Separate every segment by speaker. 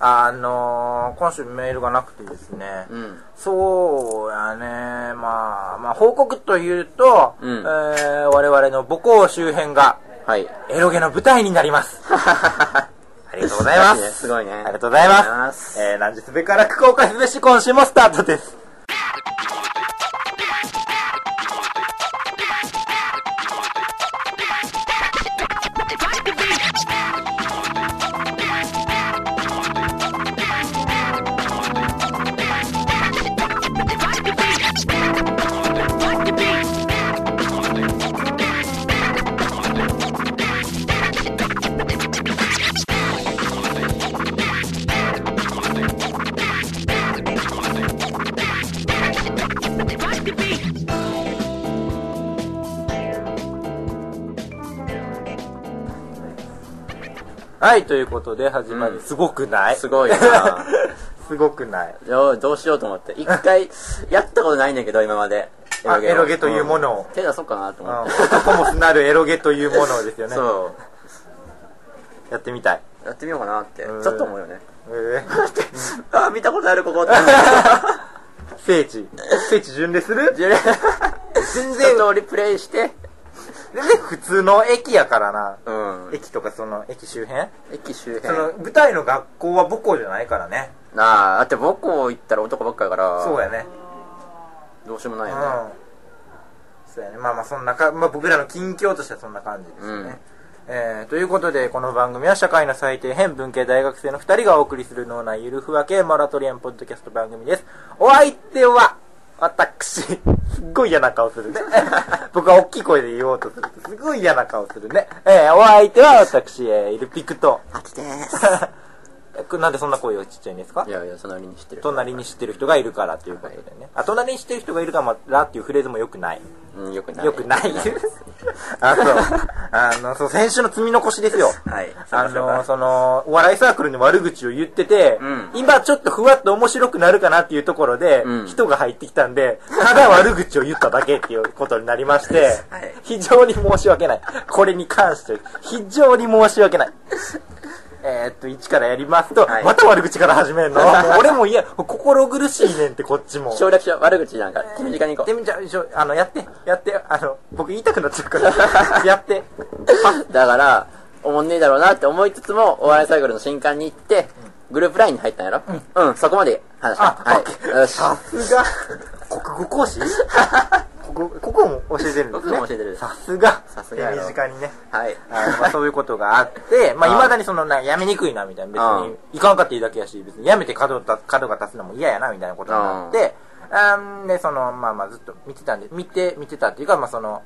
Speaker 1: あのー今週メールがなくてですね、
Speaker 2: うん。
Speaker 1: そうやね、まあ、まあ、報告というと、
Speaker 2: うん
Speaker 1: えー我々の母校周辺が
Speaker 2: はい。
Speaker 1: エロゲの舞台になり ます。
Speaker 2: あ
Speaker 1: ありがとうございます。
Speaker 2: すごいね。
Speaker 1: ありがとうござい
Speaker 2: ありがとうござい
Speaker 1: ま。
Speaker 2: ますす
Speaker 1: えー、何日目から公開すべし、今週もスタートです。はい、ということで始まり、
Speaker 2: うん
Speaker 1: すごくない
Speaker 2: すごいな
Speaker 1: すごくない。
Speaker 2: どうどうしようと思って。一回、やったことないんだけど、今まで。
Speaker 1: あ
Speaker 2: を
Speaker 1: エロゲというものを
Speaker 2: ん手出そうかなと
Speaker 1: うん
Speaker 2: 思って。
Speaker 1: 男もすなるエロゲというものですよね。
Speaker 2: そ
Speaker 1: やってみたい。
Speaker 2: う。やってみようかなって。ち
Speaker 1: うん
Speaker 2: ょっと思うよね。
Speaker 1: えー
Speaker 2: だって、あ、見たことある、ここって。
Speaker 1: 聖地。聖地巡礼する
Speaker 2: 全
Speaker 1: 全然
Speaker 2: 然通りプレイして、
Speaker 1: 全然普通の駅やからな。
Speaker 2: うん。
Speaker 1: 駅とかその駅周辺
Speaker 2: 駅周
Speaker 1: そ
Speaker 2: 辺。
Speaker 1: の舞台の学校は母校じゃないからね。
Speaker 2: なあ、だって母校行ったら男ばっかやから、
Speaker 1: そうやね。
Speaker 2: どうしようもな
Speaker 1: うん
Speaker 2: いよね。。
Speaker 1: そうやね。まあまあそんなか、まあ僕らの近況としてはそんな感じですよね。えーということで、この番組は社会の最低編文系大学生の二人がお送りする脳内ゆるふわ系マラトリアンポッドキャスト番組です。お相手は、私、 すっごい嫌な顔するね。 僕は大きい声で言おうとすると、すごい嫌な顔するね。えーお相手は私、えー、イルピクと。
Speaker 2: 飽きてー す。
Speaker 1: えなんでそんな声がちっちゃいんですか
Speaker 2: いやいや、そのりにしてる。
Speaker 1: 隣に知ってる人がいるからということでね。あ、隣に知ってる人がいるからっていうフレーズも良くない。
Speaker 2: うん、よくない。
Speaker 1: 良く ない。あ、そう。あの、そう、先週の積み残しですよ。
Speaker 2: はい。
Speaker 1: あ
Speaker 2: そうか
Speaker 1: の、その、お笑いサークルの悪口を言ってて、
Speaker 2: うん
Speaker 1: 今ちょっとふわっと面白くなるかなっていうところで、
Speaker 2: うん
Speaker 1: 人が入ってきたんで、ただ悪口を言っただけっていうことになりまして、
Speaker 2: はい
Speaker 1: 非常に申し訳ない。これに関して、非常に申し訳 ない。えーっと、1からやりますと、
Speaker 2: はい
Speaker 1: また悪口から始め るのもう俺も嫌、心苦しいねんってこっちも。
Speaker 2: 省略しよう。悪口なんか、手短に行こ
Speaker 1: で
Speaker 2: う。
Speaker 1: もじゃあ一緒、あの、やって、やって、あの、僕言いたくなっちゃうから、やって。
Speaker 2: だから、おもんねえだろうなって思いつつも、お笑いサークルの新刊に行って、グループラインに入ったんやろうん、そこまで話した。
Speaker 1: あオッケ
Speaker 2: はい。よし。
Speaker 1: さすが、国語講師 国語、国語も教えてるんですね。
Speaker 2: 国語も教えてる
Speaker 1: さすが、
Speaker 2: さすがや
Speaker 1: 手
Speaker 2: ろ
Speaker 1: 短にね。
Speaker 2: はい。
Speaker 1: あのまあ、そういうことがあ って、まあ、
Speaker 2: ああ
Speaker 1: 未だにその、なやめにくいな、みたいな。別に、いかんかっていいだけやし、別にやめて角た角が立つのも嫌やな、みたいなことになって、あんで、その、まあまあ、ずっと見てたんで、見て、見てたっていうか、まあ、その、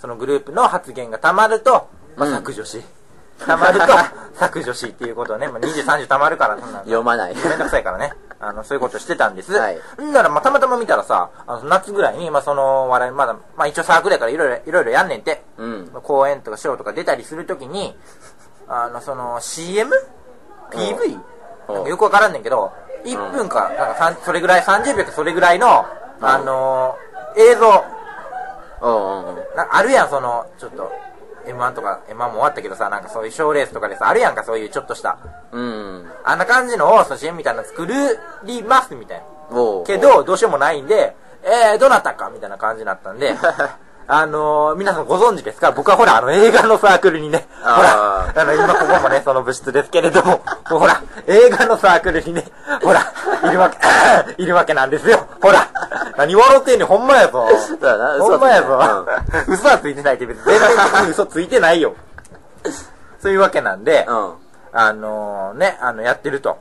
Speaker 1: そのグループの発言が溜まると、まあ、
Speaker 2: うん
Speaker 1: 削除し。溜まる と、削除しっていうことをね、まあ、20、30溜まるから、そんなの
Speaker 2: 読まない。
Speaker 1: めんどくさいからね。あの、そういうことしてたんです。
Speaker 2: はい
Speaker 1: んなら、まあ、たまたま見たらさ、あの、夏ぐらいに、まあ、その、笑い、まだ、まあ、一応サークルやからいろいろ、いろいろやんねんて。
Speaker 2: うん
Speaker 1: まあ公演とかショーとか出たりするときに、あの、その、CM?
Speaker 2: う
Speaker 1: PV?
Speaker 2: うん
Speaker 1: なんかよくわからんねんけど、1分か、なんかさん、それぐらい、30秒かそれぐらいの、
Speaker 2: うん
Speaker 1: あのー映像、
Speaker 2: うんうんうん。
Speaker 1: なあるやん、その、ちょっと、M1 とか、M1 も終わったけどさ、なんかそういう賞レースとかでさ、あるやんか、そういうちょっとした、
Speaker 2: うん。
Speaker 1: あんな感じのを、その CM みたいなの作ります、みたいな。
Speaker 2: おう
Speaker 1: け、ど、どうしようもないんで、えー、どなたかみたいな感じになったん で、あのー、皆さんご存知ですか僕はほら、あの、映画のサークルにね、ほ
Speaker 2: あ
Speaker 1: ら、あの、今ここもね、その部室ですけれども、もうほら、映画のサークルにね、ほら、いるわけ、い るわけなんですよ。ほら、何笑ってんねん、ほんまやぞ。
Speaker 2: そうだな嘘
Speaker 1: ほんまやぞ
Speaker 2: は。
Speaker 1: 嘘はついてないって別に、全然嘘ついてないよ。そういうわけなんで、
Speaker 2: うん。
Speaker 1: あのー、ね、あの、やってると。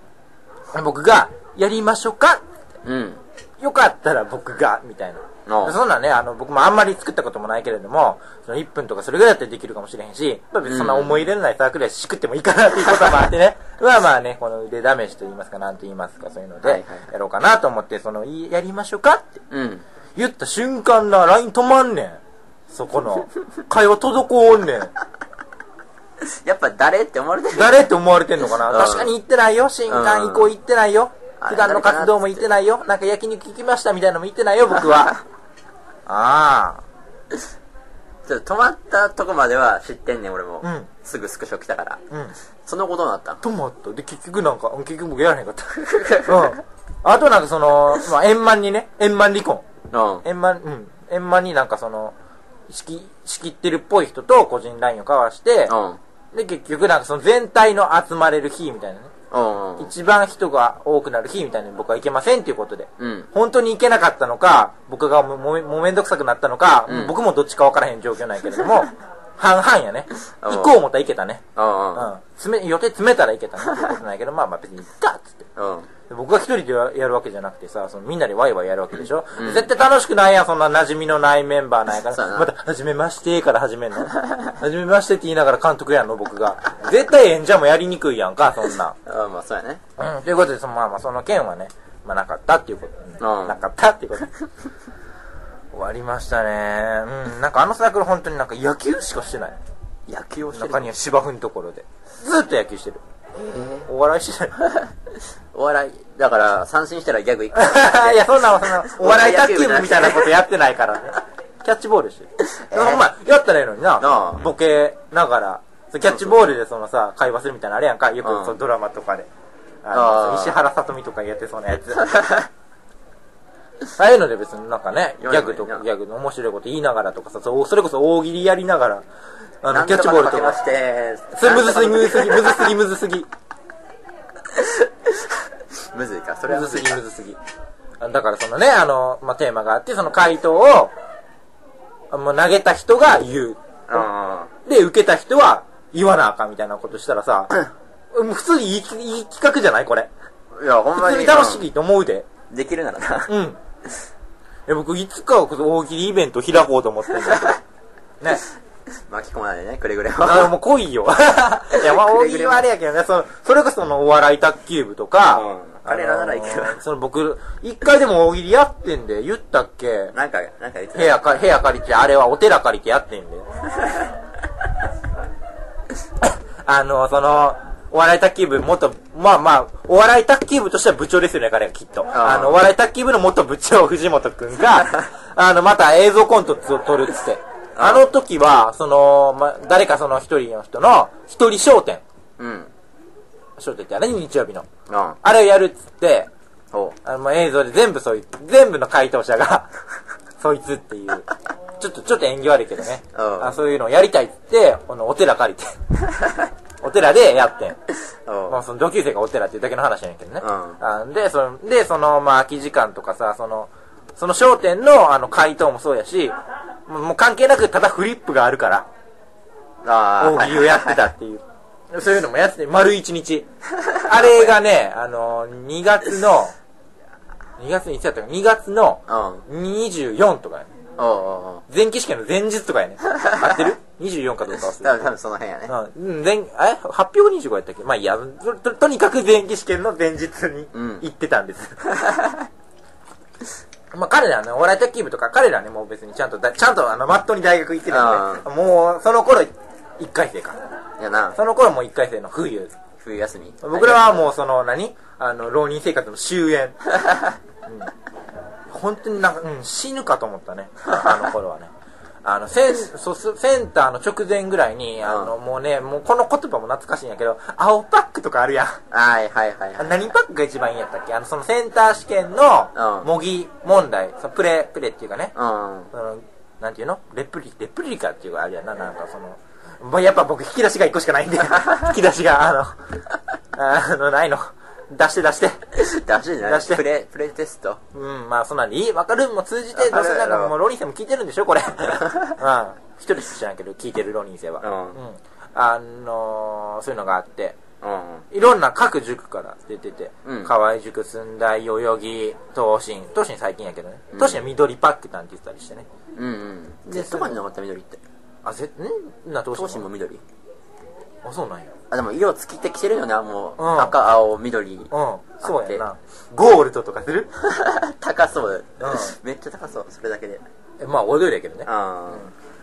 Speaker 1: 僕が、やりましょうか
Speaker 2: うん。
Speaker 1: よかったら僕が、みたいな。
Speaker 2: ああ
Speaker 1: そんなんね、あの、僕もあんまり作ったこともないけれども、その1分とかそれぐらいだったらできるかもしれへんし、まあ別にそんな思い入れのないサークルやし、しくってもいいかなっていうこともあってね。まあまあね、この腕試しと言いますか、なんと言いますか、そういうの
Speaker 2: はい
Speaker 1: で
Speaker 2: はいは、
Speaker 1: やろうかなと思って、その、いやりましょうかって
Speaker 2: うん。
Speaker 1: 言った瞬間な、LINE 止まんねん。そこの。会話滞んねん。
Speaker 2: やっぱ誰って思われてる
Speaker 1: 誰って思われてんのかな
Speaker 2: うん
Speaker 1: 確かに行ってないよ。新刊以降行ってないよ。
Speaker 2: うん
Speaker 1: 普段の活動も行ってないよ。なんか焼肉行きましたみたいなのも行ってないよ、僕 は。あ
Speaker 2: ちょっと止まったとこまでは知ってんねん、俺も。
Speaker 1: あ。うん。
Speaker 2: すぐスクショ来たから。
Speaker 1: うん
Speaker 2: その後どうなったの
Speaker 1: トマトで結局なんかうん結局僕やらへんかった うんあとなんかその、まあ、円満にね円満離婚
Speaker 2: うん。
Speaker 1: 円満うん円満になんかその仕切仕切ってるっぽい人と個人ラインを交わして、
Speaker 2: うん。
Speaker 1: で結局なんかその全体の集まれる日みたいなね
Speaker 2: うん。うん
Speaker 1: 一番人が多くなる日みたいなのに僕はいけませんっていうことで
Speaker 2: うん。
Speaker 1: 本当に行けなかったのか僕がももめもうめんどくさくなったのか、
Speaker 2: うん
Speaker 1: 僕もどっちか分からへん状況なんやけれど も半々やね
Speaker 2: うん
Speaker 1: 行こう思ったらいけたね
Speaker 2: うん。
Speaker 1: うん、詰め予定詰めたらいけた なってことないけどまあまあ別にいっかっつって
Speaker 2: うん。うん。
Speaker 1: で僕が一人でややるわけじゃなくてさそのみんなでワイワイやるわけでしょ、絶対楽しくないやんそんな馴染みのないメンバーなんやか
Speaker 2: そうや
Speaker 1: ら
Speaker 2: な
Speaker 1: また「はじめまして」から始め んの「はじめまして」って言いながら監督やんの僕が絶対演者もやりにくいやんかそんなん
Speaker 2: うんまあ、そうやね。
Speaker 1: うん、ということで、そのまあまあその件はね、まあなかったっていうこと、
Speaker 2: うん
Speaker 1: なかったっていうこと。 終わりましたね。うん、なんかあのサークル本当になんか野球しかしてない。
Speaker 2: 野球をしてる
Speaker 1: 中。には芝生のところで。ずっと野球してる。お笑いして
Speaker 2: お笑い、だから、三振したらギャグ一個。
Speaker 1: ない。いや、そんな、そんな、お笑い卓球部みたいなことやってないから ね。キャッチボールしてる。お前、やったらええのに
Speaker 2: あ
Speaker 1: な。ボケながら、キャッチボールでそのさ、会話するみたいなのあれやんか。よくそのドラマとかで。あ
Speaker 2: あ
Speaker 1: の
Speaker 2: ー
Speaker 1: 石原さとみとかやってそうなやつ。 ああいうので別になんかね、ギ
Speaker 2: やれ
Speaker 1: ャ
Speaker 2: ばい
Speaker 1: グ
Speaker 2: いな
Speaker 1: とか、ギャグの面白いこと言いながらとかさ、そうそれこそ大喜利やりながら、あの、キャッチボールと
Speaker 2: なんと
Speaker 1: か。
Speaker 2: か負けまして。
Speaker 1: それむずすぎ、むずすぎ、むずすぎ、むずすぎ。
Speaker 2: むずいか、それは
Speaker 1: む
Speaker 2: む
Speaker 1: ずす
Speaker 2: ずい
Speaker 1: ぎ、
Speaker 2: か
Speaker 1: む。ずすぎ。あだからそのね、あの、まあ、テーマがあって、その回答を、あもう投げた人が言う。
Speaker 2: うん。
Speaker 1: で、受けた人は言わなあかんみたいなことしたらさ、もう普通にいいいい企画じゃないこれ。
Speaker 2: いや、ほんま
Speaker 1: 普
Speaker 2: に。
Speaker 1: 通に楽しいと思うで。
Speaker 2: うんできるならな。
Speaker 1: うん。いや、僕、いつかはこそ大喜利イベント開こうと思ってるんだけ ど。ね。
Speaker 2: 巻き込まないでね、くれぐれ
Speaker 1: あ
Speaker 2: は。
Speaker 1: もう来いよ。いや、まあ、大喜利はあれやけどね、そのそれこそそのお笑い卓球部とか、
Speaker 2: うん
Speaker 1: あの
Speaker 2: 彼らならいける
Speaker 1: その僕、一回でも大喜利やってんで、言ったっけ
Speaker 2: なんか、なんか言って
Speaker 1: 部屋か、部屋借りて、あれはお寺借りてやって んで。あの、その、お笑い卓球部、元、まあまあ、お笑い卓球部としては部長ですよね、彼はきっと。
Speaker 2: あー
Speaker 1: あの、お笑い卓球部の元部長、藤本くんが、 あの、また映像コントを撮るっつって。あの時は、その、ま、誰かその一人の人の、一人商店。
Speaker 2: うん。うん。
Speaker 1: 商店ってあれ日曜日の。
Speaker 2: ほ
Speaker 1: あれをやるっつって、
Speaker 2: う。
Speaker 1: あの、まあ、映像で全部そいつ、全部の回答者が、 そいつっていう。ちょっと、ちょっと演技悪いけどね。
Speaker 2: うん
Speaker 1: あそういうのをやりたいっつって、このお寺借り て。お寺でやってん。
Speaker 2: お
Speaker 1: まあ、その同級生がお寺っていうだけの話やねんけどね。
Speaker 2: うん
Speaker 1: あで、その、で、その、まあ、空き時間とかさ、その、その商店の、あの、回答もそうやし、もうもう関係なく、ただフリップがあるから、
Speaker 2: あー
Speaker 1: 大喜利をやってたっていう。 そういうのもやってて、丸一日。 あれがね、あの、2月の、2月にいつやったか、2月の
Speaker 2: うん。おう
Speaker 1: 24とかやね。
Speaker 2: おうおう。
Speaker 1: 前期試験の前日と かやね。合ってる ?24 かどうか忘れ
Speaker 2: 多
Speaker 1: た。
Speaker 2: 分、多分その辺やね。
Speaker 1: うん、前、え発表25やったっけまあいいやと、ととにかく前期試験の前日に
Speaker 2: うん
Speaker 1: 行ってたんです。 まあ彼らはね、お笑い卓球部とか彼らはね、もう別にちゃんとだ、ちゃんとあの、まっとうに大学行ってたんで、もうその頃、1回生か。
Speaker 2: やな。
Speaker 1: その頃もう1回生の冬。
Speaker 2: 冬休み。
Speaker 1: 僕らはもうその何あの浪人生活の終 焉、うん、本当になんか、うん、死ぬかと思ったねあの頃はねあのセンそそセンターの直前ぐらいにあの、もうねもうこの言葉も懐かしいんやけど青パックとかあるやん
Speaker 2: はいはいはい
Speaker 1: あ
Speaker 2: はい。
Speaker 1: 何パックが一番いいんやったっけあのそのセンター試験の
Speaker 2: うん
Speaker 1: 模擬問題、そのプレプレっていうかね、
Speaker 2: うん。
Speaker 1: そのなんていうのレプリレプリカっていうかあれやななんかそのまあやっぱ僕引き出しが1個しかないんで 引き出しがあのあのないの出して出して
Speaker 2: 出してんじゃない
Speaker 1: 出して
Speaker 2: プレ、プレテスト。
Speaker 1: うんまあそんなんでいいわかるも通じてどうせ
Speaker 2: わ
Speaker 1: な
Speaker 2: か
Speaker 1: ん
Speaker 2: る
Speaker 1: かもうロニー生も聞いてるんでしょこれうん一人しか知らないけど聞いてるロニー生は
Speaker 2: うん
Speaker 1: んあのーそういうのがあって
Speaker 2: うん。
Speaker 1: いろんな各塾から出てて、
Speaker 2: うん
Speaker 1: 河合塾、寸大、代々木、東進、東進最近やけどね、東進は緑パックなんて言ってたりしてね、
Speaker 2: うんうん。で、そこに登った緑って。
Speaker 1: あぜんな東進
Speaker 2: 闘志も緑
Speaker 1: あそうなんや
Speaker 2: あ、でも色つきてきてるよな、もう。
Speaker 1: うん
Speaker 2: 赤、青、緑。
Speaker 1: うんそうやなゴールドとかする
Speaker 2: 高そう。
Speaker 1: う
Speaker 2: めっちゃ高そう、それだけで。
Speaker 1: え まあ俺よりやけどね
Speaker 2: あ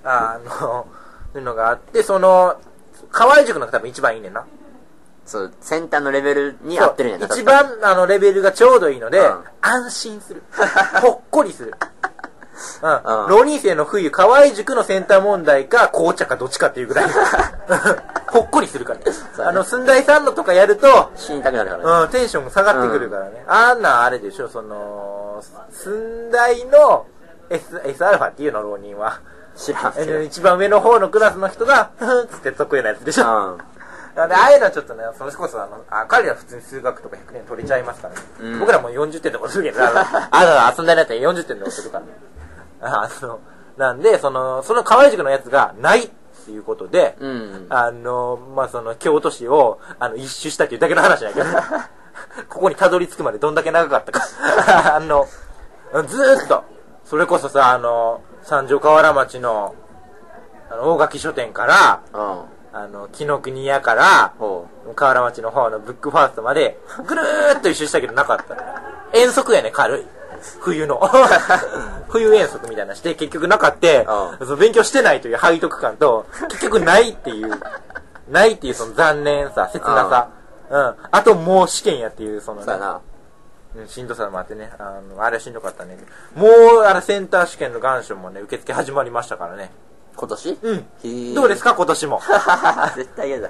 Speaker 1: あのそういうのがあってその河合塾のが多分一番いいねんな
Speaker 2: そう、先端のレベルに合ってるんやな。
Speaker 1: 一番あのレベルがちょうどいいので、
Speaker 2: うん
Speaker 1: 安心するほっこりするうん
Speaker 2: うん
Speaker 1: 浪人生の冬、河合塾のセンター問題か、紅茶かどっちかっていうぐ らい。ほっこりするからね。
Speaker 2: うだね
Speaker 1: あの、寸大さんのとかやると、
Speaker 2: 死にたくなるからね。
Speaker 1: うん、テンションが下がってくるからね。あんなんあれでしょ、その、寸大の S、Sα っていうの、浪人は。
Speaker 2: 知らんけど。
Speaker 1: え一番上の方のクラスの人が、ふーんっつって得意なやつでしょ。なんで、ああいうのはちょっとね、それこそ、あの、あ、彼ら普通に数学とか100点取れちゃいますからね。
Speaker 2: うん
Speaker 1: 僕らもう40点とかするけど、あのあなた遊んだりなったら40点とかするからね。ああの、なんで、その、その河合塾のやつが、ないっていうことで、
Speaker 2: うん。うん。
Speaker 1: あの、まあ、その、京都市を、あの、一周したっていうだけの話だけど、ここにたどり着くまでどんだけ長かったか。 あの、ずーっと、それこそさ、あの、三条河原町の、あの、大垣書店から、
Speaker 2: うん。
Speaker 1: あの、紀ノ国屋から、
Speaker 2: ほ
Speaker 1: 河原町の方のブックファーストまで、ぐるーっと一周したけどなかった。遠足やね、軽い。冬 の。冬遠足みたいなして、結局なかって、
Speaker 2: う
Speaker 1: そう勉強してないという背徳感と、結局ないっていう、ないっていうその残念さ、切なさ。うん。あともう試験やっていう、その
Speaker 2: う。
Speaker 1: ね
Speaker 2: そうやな。
Speaker 1: うんしんどさもあってね、あの、あれはしんどかったね。もう、あれセンター試験の願書もね、受付始まりましたからね。
Speaker 2: 今年
Speaker 1: うん
Speaker 2: へ
Speaker 1: どうですすか、今年 も。
Speaker 2: か 絶対嫌だ。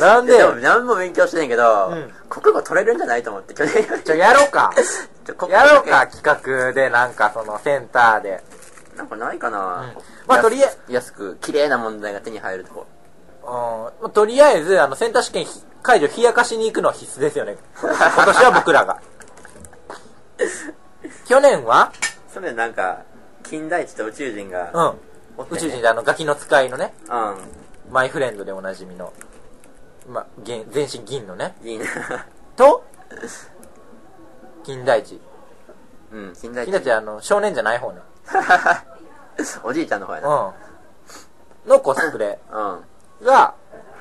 Speaker 1: なんで
Speaker 2: でも何も勉強してないけど
Speaker 1: うん、
Speaker 2: 国語取れるんじゃないと思って、去年より
Speaker 1: じゃ、やろうか。
Speaker 2: ちょ国語
Speaker 1: や
Speaker 2: だけ
Speaker 1: ろうか、企画で、なんか、その、センターで。
Speaker 2: なんかないかな
Speaker 1: うんまあとりあえ
Speaker 2: ず。安く、綺麗な問題が手に入るとこ。
Speaker 1: うんまあ、とりあえず、あの、センター試験ひ解除、冷やかしに行くのは必須ですよ ね。今年は僕らが。去年は
Speaker 2: それなんか、近代一と宇宙人が、
Speaker 1: うん。
Speaker 2: おって
Speaker 1: 宇
Speaker 2: ね
Speaker 1: 宙人で、あの、ガキの使いのね、
Speaker 2: うん。
Speaker 1: マイフレンドでおなじみの、ま、げん全身銀のね、
Speaker 2: いいな。
Speaker 1: と、金田一。
Speaker 2: うん、近代
Speaker 1: 金田一
Speaker 2: 一。
Speaker 1: は、あの、少年じゃない方ね。
Speaker 2: おじいちゃんの方やな。
Speaker 1: うん。のコスプレ
Speaker 2: うん。
Speaker 1: が、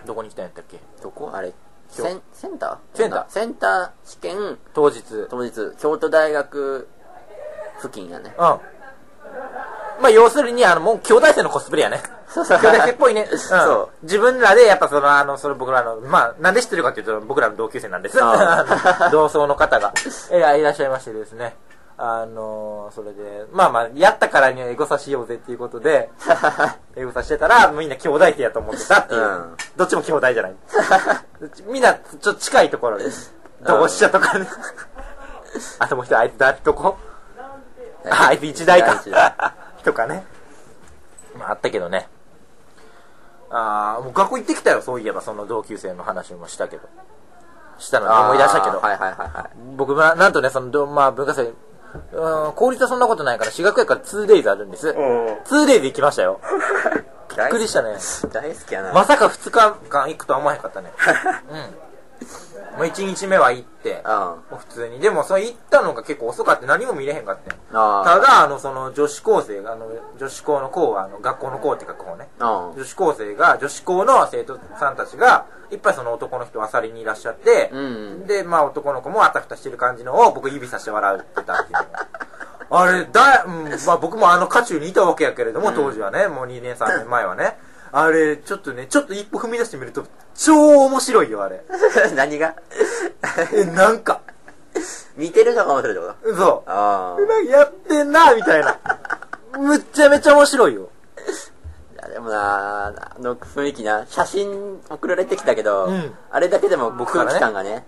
Speaker 1: どこに来たんやったっけ
Speaker 2: どこあれ
Speaker 1: 今日
Speaker 2: センセンター
Speaker 1: センター
Speaker 2: センター試験
Speaker 1: 当日。
Speaker 2: 当日京都大学付近やね
Speaker 1: うん。まあ、要するに、あの、もう、兄弟生のコスプレやね。
Speaker 2: そう
Speaker 1: 兄
Speaker 2: そう
Speaker 1: 弟生っぽいね。うん、
Speaker 2: そ
Speaker 1: 自分らで、やっぱその、あの、それ僕らの、まあ、なんで知ってるかっていうと、僕らの同級生なんです。
Speaker 2: あ
Speaker 1: 同窓の方が、えらいらっしゃいましてですね。あのーそれで、まあまあ、やったからにはエゴサしようぜっていうこと で、エゴサしてたら、みんな兄弟生やと思ってたっていう。
Speaker 2: うん
Speaker 1: どっちも兄弟じゃ ない。どっちみんな、ちょっと近いところです。同志社とかね。あともう一人、あいつだってとこああいつ一台か
Speaker 2: 一台。
Speaker 1: とかね。まあ、あったけどね。ああ、もう学校行ってきたよ、そういえば、その同級生の話もしたけど。したのね
Speaker 2: あー
Speaker 1: 思い出したけど。
Speaker 2: はいはいはいはい
Speaker 1: 僕は、なんとね、その、どまあ、文化祭、うーん、効率はそんなことないから、私学やから 2days あるんです。2days 行きましたよ。びっくりしたね。
Speaker 2: 大好きやな、
Speaker 1: まさか2日間行くとは思わへんかったね。うん。もう1日目は行って、
Speaker 2: うん
Speaker 1: もう普通に。でも、それ行ったのが結構遅かって何も見れへんかったよ。た
Speaker 2: あ
Speaker 1: だ、あの、その、女子高生が、あの、女子校の校は、あの、学校の校って書く方ね。
Speaker 2: あうん
Speaker 1: 女子高生が、女子校の生徒さんたちが、いっぱいその男の人を漁りにいらっしゃって、
Speaker 2: うん
Speaker 1: で、まあ男の子もあたふたしてる感じのを僕指さして笑ってたっていうのが。あれ、だ、うん、まあ僕もあの渦中にいたわけやけれども、当時はね、もう2年3年前はね。あれ、ちょっとね、ちょっと一歩踏み出してみると、超面白いよ、あれ。
Speaker 2: 何が
Speaker 1: え、なん か、
Speaker 2: 似てるのかもしれないってこ
Speaker 1: 嘘
Speaker 2: と。ああ
Speaker 1: うまくやってんな、みたいな。むっちゃめちゃ面白いよ。
Speaker 2: いやでもなあの雰囲気な写真送られてきたけど、
Speaker 1: うん
Speaker 2: あれだけでも
Speaker 1: 僕か
Speaker 2: 僕
Speaker 1: らね
Speaker 2: 空気感がね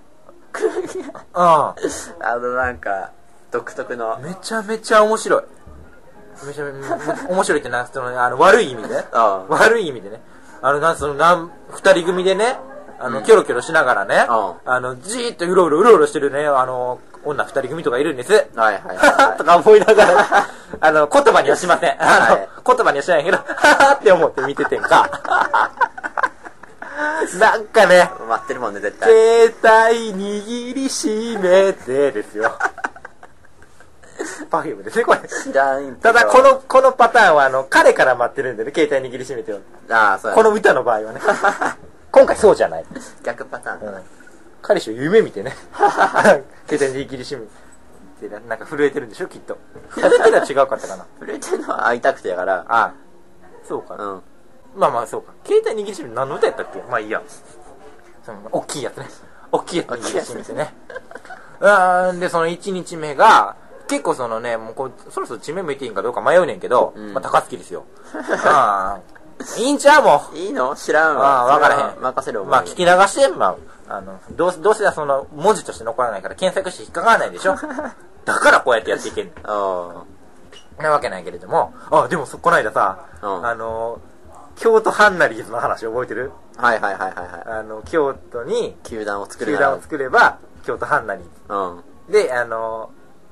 Speaker 2: 空気が
Speaker 1: うん。
Speaker 2: あのなんか独特のうん
Speaker 1: めちゃめちゃ面白い。めちゃめちゃ面白いってな、その、あの、悪い意味でね。
Speaker 2: ああ
Speaker 1: 悪い意味でね。あの、なん、その、なん、二人組でね、あの、キョロキョロしながらね、
Speaker 2: あ
Speaker 1: あの、じーっとうろうろうろうろしてるね、あの、女二人組とかいるんです。
Speaker 2: はいはいはい、は い
Speaker 1: とか思いながら、あの、言葉にはしません。あ
Speaker 2: はい
Speaker 1: の、言葉にはしないけど、ははって思って見ててんか。なんかね、
Speaker 2: 待ってるもんね絶対
Speaker 1: 携帯握りしめてですよ。パフュームですね、これ。
Speaker 2: 知らんけど
Speaker 1: ただ、この、このパターンは、あの、彼から待ってるんでね、携帯握りしめてよ。
Speaker 2: ああそうや
Speaker 1: この歌の場合はね。今回そうじゃない。
Speaker 2: 逆パターンだな、
Speaker 1: 彼氏を夢見てね。 携帯握りしめて、なんか震えてるんでしょ、きっと。震えてるは違うかったかな。
Speaker 2: 震えてるのは会いたくてやから
Speaker 1: ああ。そうか
Speaker 2: う
Speaker 1: な。
Speaker 2: ん
Speaker 1: まあまあ、そうか。携帯握りしめて何の歌やったっけまあいいや。その、大きいやつね。大きいやつ握りしめてね。うーん、で、その1日目が、結構そのね、もうこうそろそろ地面向いていいんかどうか迷うねんけど、
Speaker 2: うん
Speaker 1: まあ、高槻です よ。ああ、いいんちゃうもん。
Speaker 2: いいの知らん
Speaker 1: あ
Speaker 2: わ。
Speaker 1: あ、わから
Speaker 2: そ
Speaker 1: へん。
Speaker 2: れは任せるお
Speaker 1: ま
Speaker 2: 前
Speaker 1: あ、
Speaker 2: に
Speaker 1: 聞き流して、まあ、あの、どうせ、どうせその、文字として残らないから検索して引っかからないで しょだからこうやってやっていけん。
Speaker 2: あ
Speaker 1: なわけないけれども、あ、でもそ、こないださ、
Speaker 2: うん
Speaker 1: あの、京都ハンナリーズの話覚えてる
Speaker 2: あ。はいはいはいはいは
Speaker 1: あの、京都に、
Speaker 2: い。球団を作る
Speaker 1: 球
Speaker 2: なら
Speaker 1: 団を作れば、京都ハンナリー
Speaker 2: うん。うん。
Speaker 1: ズ。で、あの、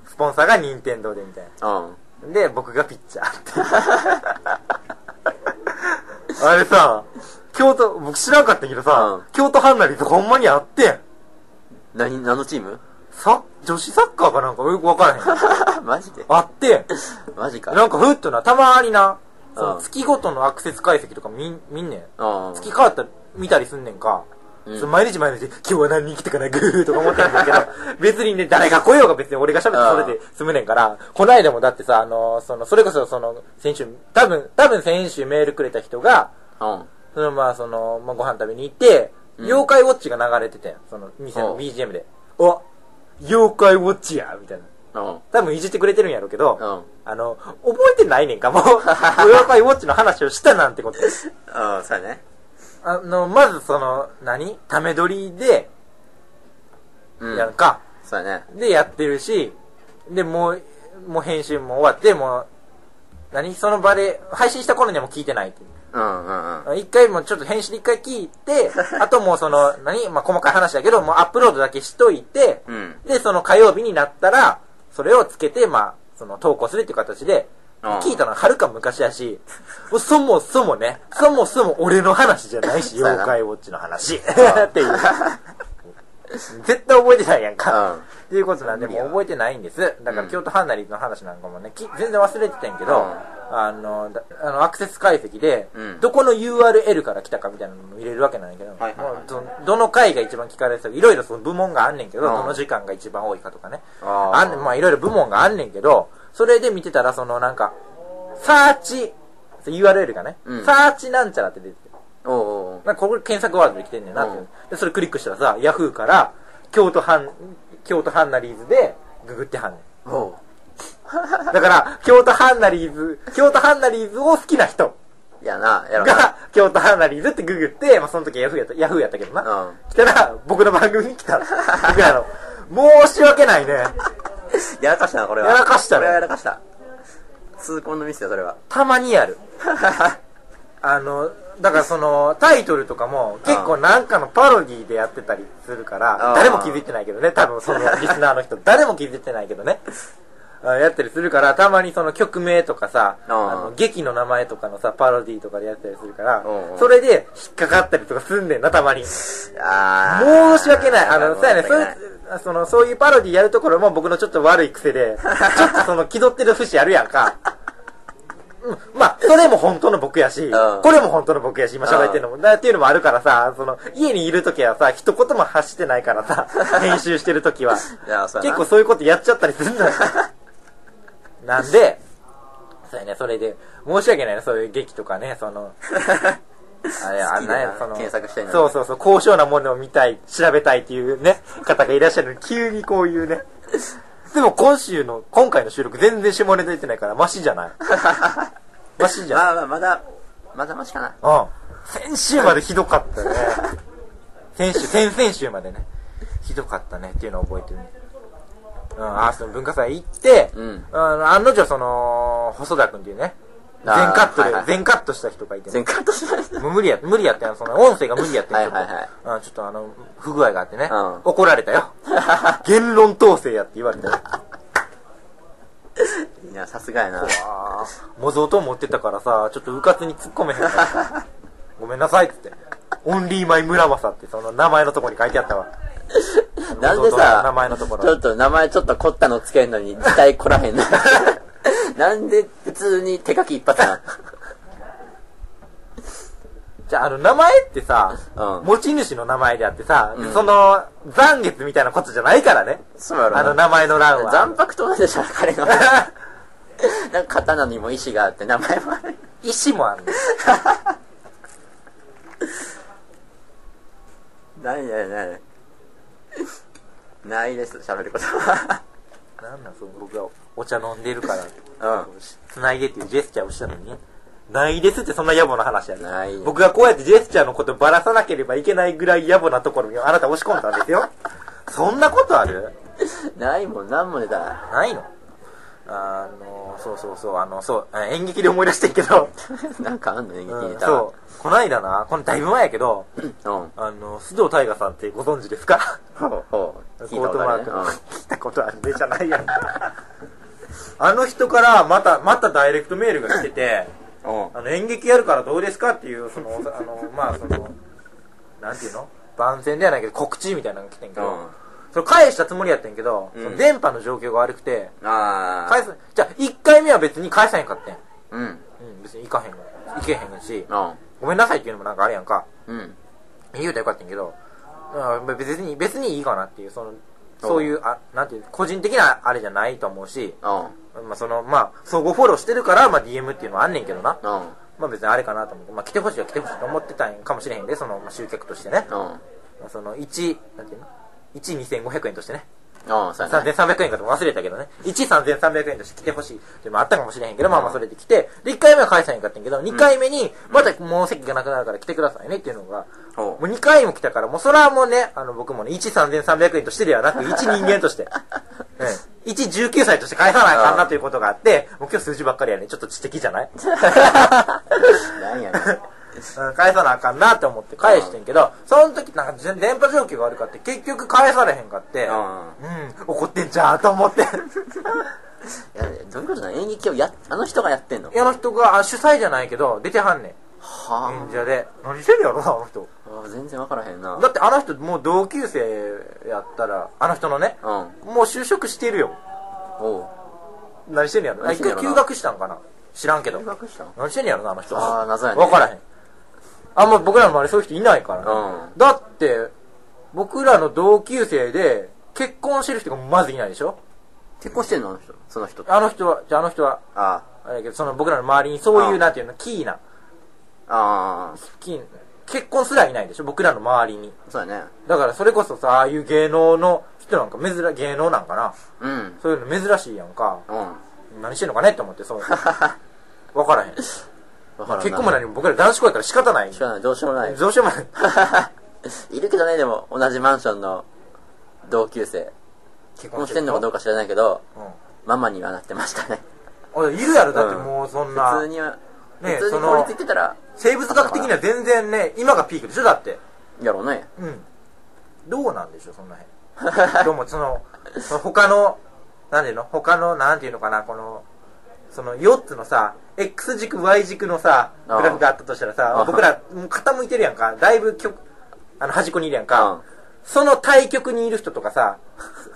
Speaker 1: スポンサーが任天堂でみたいな。で、僕がピッチャ ーって。あれさ、京都、僕知らんかったけどさ、
Speaker 2: う
Speaker 1: 京都ハンナリーズほんまにあってん。
Speaker 2: 何、何のチーム
Speaker 1: さ、女子サッカーかなんかよくわからへん。
Speaker 2: マジで
Speaker 1: あってん。
Speaker 2: マジか。
Speaker 1: なんかふっとな、たまーにな、その
Speaker 2: うん
Speaker 1: 月ごとのアクセス解析とか見ん見んねん。
Speaker 2: うん。
Speaker 1: 月変わったら見たりすんねんか。
Speaker 2: うん
Speaker 1: その毎日毎日、今日は何人来てかな、グーとか思ってたんだ けど、別にね、誰が来ようが別に俺が喋ってそれで済むねんから、こないだもだってさ、あのーその、それこそその、先週、多分、多分先週メールくれた人が、
Speaker 2: うん。
Speaker 1: そのまあその、まあ、ご飯食べに行って、
Speaker 2: うん
Speaker 1: 妖怪ウォッチが流れててん、その、店
Speaker 2: う
Speaker 1: の
Speaker 2: ん
Speaker 1: BGM で。お妖怪ウォッチやみたいな。
Speaker 2: うん。
Speaker 1: 多分いじってくれてるんやろうけど、
Speaker 2: うん。
Speaker 1: あの、覚えてないねん か、もう。妖怪ウォッチの話をしたなんてこと。
Speaker 2: ああ、そうやね。
Speaker 1: あの、まずその、何ため撮りで、
Speaker 2: うん。
Speaker 1: やんか、
Speaker 2: そうやね。
Speaker 1: で、やってるし、で、もう、もう編集も終わって、もう、何その場で、配信した頃にはもう聞いてないっていう。
Speaker 2: うんうんうん。
Speaker 1: 一回もうちょっと編集で一回聞い て、あともうその、何まあ、細かい話だけど、もうアップロードだけしといて、
Speaker 2: うん。
Speaker 1: で、その火曜日になったら、それをつけて、まあ、その投稿するっていう形で、
Speaker 2: うん
Speaker 1: 聞いたのははるか昔やし、そもそもね、そもそも俺の話じゃないし、
Speaker 2: そうや
Speaker 1: 妖
Speaker 2: な
Speaker 1: 怪ウォッチの話。っていう。絶対覚えてないやんか。
Speaker 2: うん
Speaker 1: って いうことなんで、
Speaker 2: 無理や
Speaker 1: もう覚えてないんです。だから
Speaker 2: うん
Speaker 1: 京都ハンナリーズの話なんかもね、き全然忘れてたんやけど、
Speaker 2: う
Speaker 1: あの、だあのアクセス解析で、
Speaker 2: うん
Speaker 1: どこの URL から来たかみたいなのも入れるわけなんやけど、
Speaker 2: はいはいはい
Speaker 1: もうどどの回が一番聞かれてたかいろいろその部門があんねんけど、
Speaker 2: うん
Speaker 1: どの時間が一番多いかとかね。
Speaker 2: あー
Speaker 1: あんねんまあいろいろ部門があんねんけど、それで見てたら、そのなんか、サーチ、URL がね、
Speaker 2: うん
Speaker 1: サーチなんちゃらって出てて、
Speaker 2: おうおう
Speaker 1: なんかこれ検索ワードで来てんねんなっていう、
Speaker 2: うん
Speaker 1: で、それクリックしたらさ、ヤフーから、京都ハン、京都ハンナリーズでググってはんねん。
Speaker 2: おう。おう。
Speaker 1: だから、京都ハンナリーズ、京都ハンナリーズを好きな人
Speaker 2: やな、やろな。
Speaker 1: が、京都ハンナリーズってググって、まあその時ヤフーやった、ヤフーやったけ どな。
Speaker 2: うん。
Speaker 1: 来たら、僕の番組に来たら、僕らの、申し訳ないね。
Speaker 2: やらかしたな、これは。
Speaker 1: やらかしたね
Speaker 2: これはやらかした。痛恨のミスだよ、それは。
Speaker 1: たまにやる。 あの、だからその、タイトルとかも、結構なんかのパロディでやってたりするから
Speaker 2: う、ん
Speaker 1: 誰も気づいてないけどね、多分そ のリスナーの人、誰も気づいてないけどね。あやったりするから、たまにその曲名とかさ、あ
Speaker 2: うん
Speaker 1: の劇の名前とかのさ、パロディとかでやったりするから
Speaker 2: うんう、ん
Speaker 1: それで引っかかったりとかすんねんな、たまに。
Speaker 2: あー
Speaker 1: 申し訳ない。あの、そうやね、
Speaker 2: 申し
Speaker 1: そう
Speaker 2: 訳
Speaker 1: い、
Speaker 2: ないう
Speaker 1: あその、そういうパロディやるところも僕のちょっと悪い癖 で、ちょっとその気取ってる節あるやんか。うん、まあ、それも本当の僕やし、
Speaker 2: ん
Speaker 1: これも本当の僕やし、今喋ってるのも、だっていうのもあるからさ、その、家にいる時はさ、一言も発してないから さ、編集してる時は。
Speaker 2: いや、そうや
Speaker 1: 結
Speaker 2: な。
Speaker 1: 構そういうことやっちゃったりするんだよ。なんで、そうやね、それで、申し訳ないね、そういう劇とかね、その、あれ、あ
Speaker 2: 好
Speaker 1: ん
Speaker 2: きだな
Speaker 1: なんやその、
Speaker 2: 検索したいのに
Speaker 1: そうそうそう、高尚なものを見たい、調べたいっていうね、方がいらっしゃるのに、急にこういうね。でも今週の、今回の収録全然下ネタ出てないから、マシじゃ ないマシじゃん。
Speaker 2: まあまあ、まだ、まだましかな。
Speaker 1: うん。先週までひどかったね。先週、先々週までね。ひどかったねっていうのを覚えてるね。うん、あーその文化祭行って、
Speaker 2: うん
Speaker 1: あの案の定その、細田君っていうね、
Speaker 2: あ
Speaker 1: 全
Speaker 2: ー
Speaker 1: カットで、
Speaker 2: はいはい
Speaker 1: 全カットした人がいてね。
Speaker 2: 全カットしない
Speaker 1: もう無理や、無理やって、その音声が無理やって、ちょ
Speaker 2: は
Speaker 1: っ
Speaker 2: い
Speaker 1: と、
Speaker 2: はいはい
Speaker 1: うんちょっとあの、不具合があってね、
Speaker 2: うん
Speaker 1: 怒られた よ。言論統制やって言われたよ。
Speaker 2: いや、さすがやな。
Speaker 1: あー模造刀持ってたからさ、ちょっとうかつに突っ込めへんか った。ごめんなさいっつって。オンリーマイ村正ってその名前のところに書いてあったわ。
Speaker 2: なん
Speaker 1: 模
Speaker 2: で
Speaker 1: 造刀
Speaker 2: さ
Speaker 1: の、名前のところ。
Speaker 2: ちょっと名前ちょっと凝ったのつけんのに、字体凝 らへんな。なんで普通に手書き一発なん
Speaker 1: じゃあ、あの、名前ってさ、
Speaker 2: うん
Speaker 1: 持ち主の名前であってさ、その、残月みたいなことじゃないからね。
Speaker 2: そうやろな
Speaker 1: あの名前の欄は。
Speaker 2: 残白と同じでしょ、彼の。なんか 刀にも石があって名前もある。
Speaker 1: 石もあるの。
Speaker 2: ないないない。ないです、喋ることは。
Speaker 1: なんなんその僕はお茶飲んでるから
Speaker 2: うん
Speaker 1: 繋いでっていうジェスチャーをしたのに、ないですってそんな野暮な話やね
Speaker 2: ないよ
Speaker 1: 僕がこうやってジェスチャーのことばらさなければいけないぐらい野暮なところにあなた押し込んだんですよそんなことある
Speaker 2: ないもん何も出たない
Speaker 1: ないのあのそうそうそうあのそうあ演劇で思い出してんけ ど、
Speaker 2: なんかあんの演劇
Speaker 1: う
Speaker 2: ネ
Speaker 1: ん、
Speaker 2: タ
Speaker 1: そうこの間なこのだいぶ前やけど
Speaker 2: うんうん
Speaker 1: あの須藤大河さんってご存知ですか
Speaker 2: ほうほう
Speaker 1: コ
Speaker 2: 聞いた
Speaker 1: ー
Speaker 2: こ
Speaker 1: ト
Speaker 2: と
Speaker 1: マー
Speaker 2: ある
Speaker 1: ク
Speaker 2: ね
Speaker 1: の、聞いたことあるねじゃないやんあの人からまたまたダイレクトメールが来てて
Speaker 2: うんうん
Speaker 1: あの演劇やるからどうですかっていうそのあのまあそのなんていうの番宣ではないけど告知みたいなのが来てんけど、それ返したつもりやってんけど、
Speaker 2: うん
Speaker 1: その電波の状況が悪くて
Speaker 2: ああ
Speaker 1: 返すじゃあ1回目は別に返さへんかってん、
Speaker 2: うんう
Speaker 1: う
Speaker 2: ん
Speaker 1: ん、別に行かへん行けへんしごめんなさいっていうのもなんかあれやんか
Speaker 2: うん
Speaker 1: 言うたらよかったんやけどうん別に別にいいかなっていうそのそういうあなんていう個人的なあれじゃないと思うし、
Speaker 2: うん
Speaker 1: まあ、そのまあ相互フォローしてるから、まあ、DM っていうのはあんねんけどな
Speaker 2: うん
Speaker 1: まあ別にあれかなと思って、まあ来てほしいは来てほしいと思ってたんかもしれへんで、その、まあ、集客としてね。
Speaker 2: うん
Speaker 1: まあその、1、なんていうの ?12500 円としてね。
Speaker 2: うんそうやね
Speaker 1: 3300円かとも忘れたけどね。13300円として来てほしい。でもあったかもしれへんけど、まあまあそれで来て、で、1回目は返さへんかったんやけど、2回目に、またもう席がなくなるから来てくださいねっていうのが、
Speaker 2: ほ
Speaker 1: もう2回も来たから、もうそれはもうね、あの僕もね、13300円としてではなく、1人間と して。うん、119歳として返さなあかんなということがあって、もう今日数字ばっかりやね。ちょっと知的じゃない
Speaker 2: うなんやね
Speaker 1: うん返さなあかんなって思って返してんけど、その時なんか全電波状況が悪かって、結局返されへんかって、
Speaker 2: う
Speaker 1: うん、
Speaker 2: ん
Speaker 1: 怒ってんじゃんと思 って。
Speaker 2: いやどういうことなの演劇をやあの人がやってんの
Speaker 1: あの人が、あ主催じゃないけど、出てはんねん。
Speaker 2: は
Speaker 1: 演者で。何してるやろな、あの人。
Speaker 2: ああー全然分からへんな
Speaker 1: だってあの人、もう同級生やったら、あの人のね、
Speaker 2: うん
Speaker 1: もう就職してるよ。
Speaker 2: おう
Speaker 1: 何してんねやろな。
Speaker 2: 何し
Speaker 1: 一
Speaker 2: てんね
Speaker 1: 回
Speaker 2: やろな
Speaker 1: 休学したんかな。知らんけど。
Speaker 2: 学したの
Speaker 1: 何してんねやろな、あの人。
Speaker 2: あー謎やね
Speaker 1: 分からへん。あんま僕らの周りそういう人いないからね。
Speaker 2: うん
Speaker 1: だって、僕らの同級生で、結婚してる人がまずいないでしょ
Speaker 2: 結婚してんのあの人その人あ
Speaker 1: あの人は、じゃああの人は、
Speaker 2: あ
Speaker 1: あれやけど、その僕らの周りにそういうう、
Speaker 2: ん
Speaker 1: なんていうの、キーな、
Speaker 2: ああ
Speaker 1: キー、結婚すらいないでしょ僕らの周りに。
Speaker 2: そうやね
Speaker 1: だからそれこそさ、ああいう芸能の人なんか珍、芸能なんかな。
Speaker 2: うん
Speaker 1: そういうの珍しいやんか。
Speaker 2: うん
Speaker 1: 何してんのかねって思って、 そう。わからへん。結
Speaker 2: 分からんな
Speaker 1: 婚も何も僕ら男子校やから仕方ない
Speaker 2: 知。らないどうしようも ない
Speaker 1: どうしようもない。
Speaker 2: いるけどねでも同じマンションの同級生
Speaker 1: 結
Speaker 2: 結婚してんのかどう
Speaker 1: か。
Speaker 2: か知らないけど
Speaker 1: うん
Speaker 2: ママにはなってましたね
Speaker 1: あいるやろ、だってもうそんな。
Speaker 2: 普通には
Speaker 1: ねえ
Speaker 2: 普通
Speaker 1: そ
Speaker 2: に
Speaker 1: の
Speaker 2: 法律行ってたら
Speaker 1: 生物学的には全然ね、今がピークでしょだって。
Speaker 2: やろうね
Speaker 1: うん。どうなんでしょう、その辺。 どうも、その、その他の、なんていうの他の、なんていうのかな、この、その4つのさ、X 軸、Y 軸のさ、グ
Speaker 2: ああ
Speaker 1: ラフがあったとしたらさ
Speaker 2: あ、
Speaker 1: 僕らもう傾いてるやんか。だいぶ極、あの、端っこにいるやん
Speaker 2: う
Speaker 1: か
Speaker 2: ん。
Speaker 1: その対極にいる人とかさ、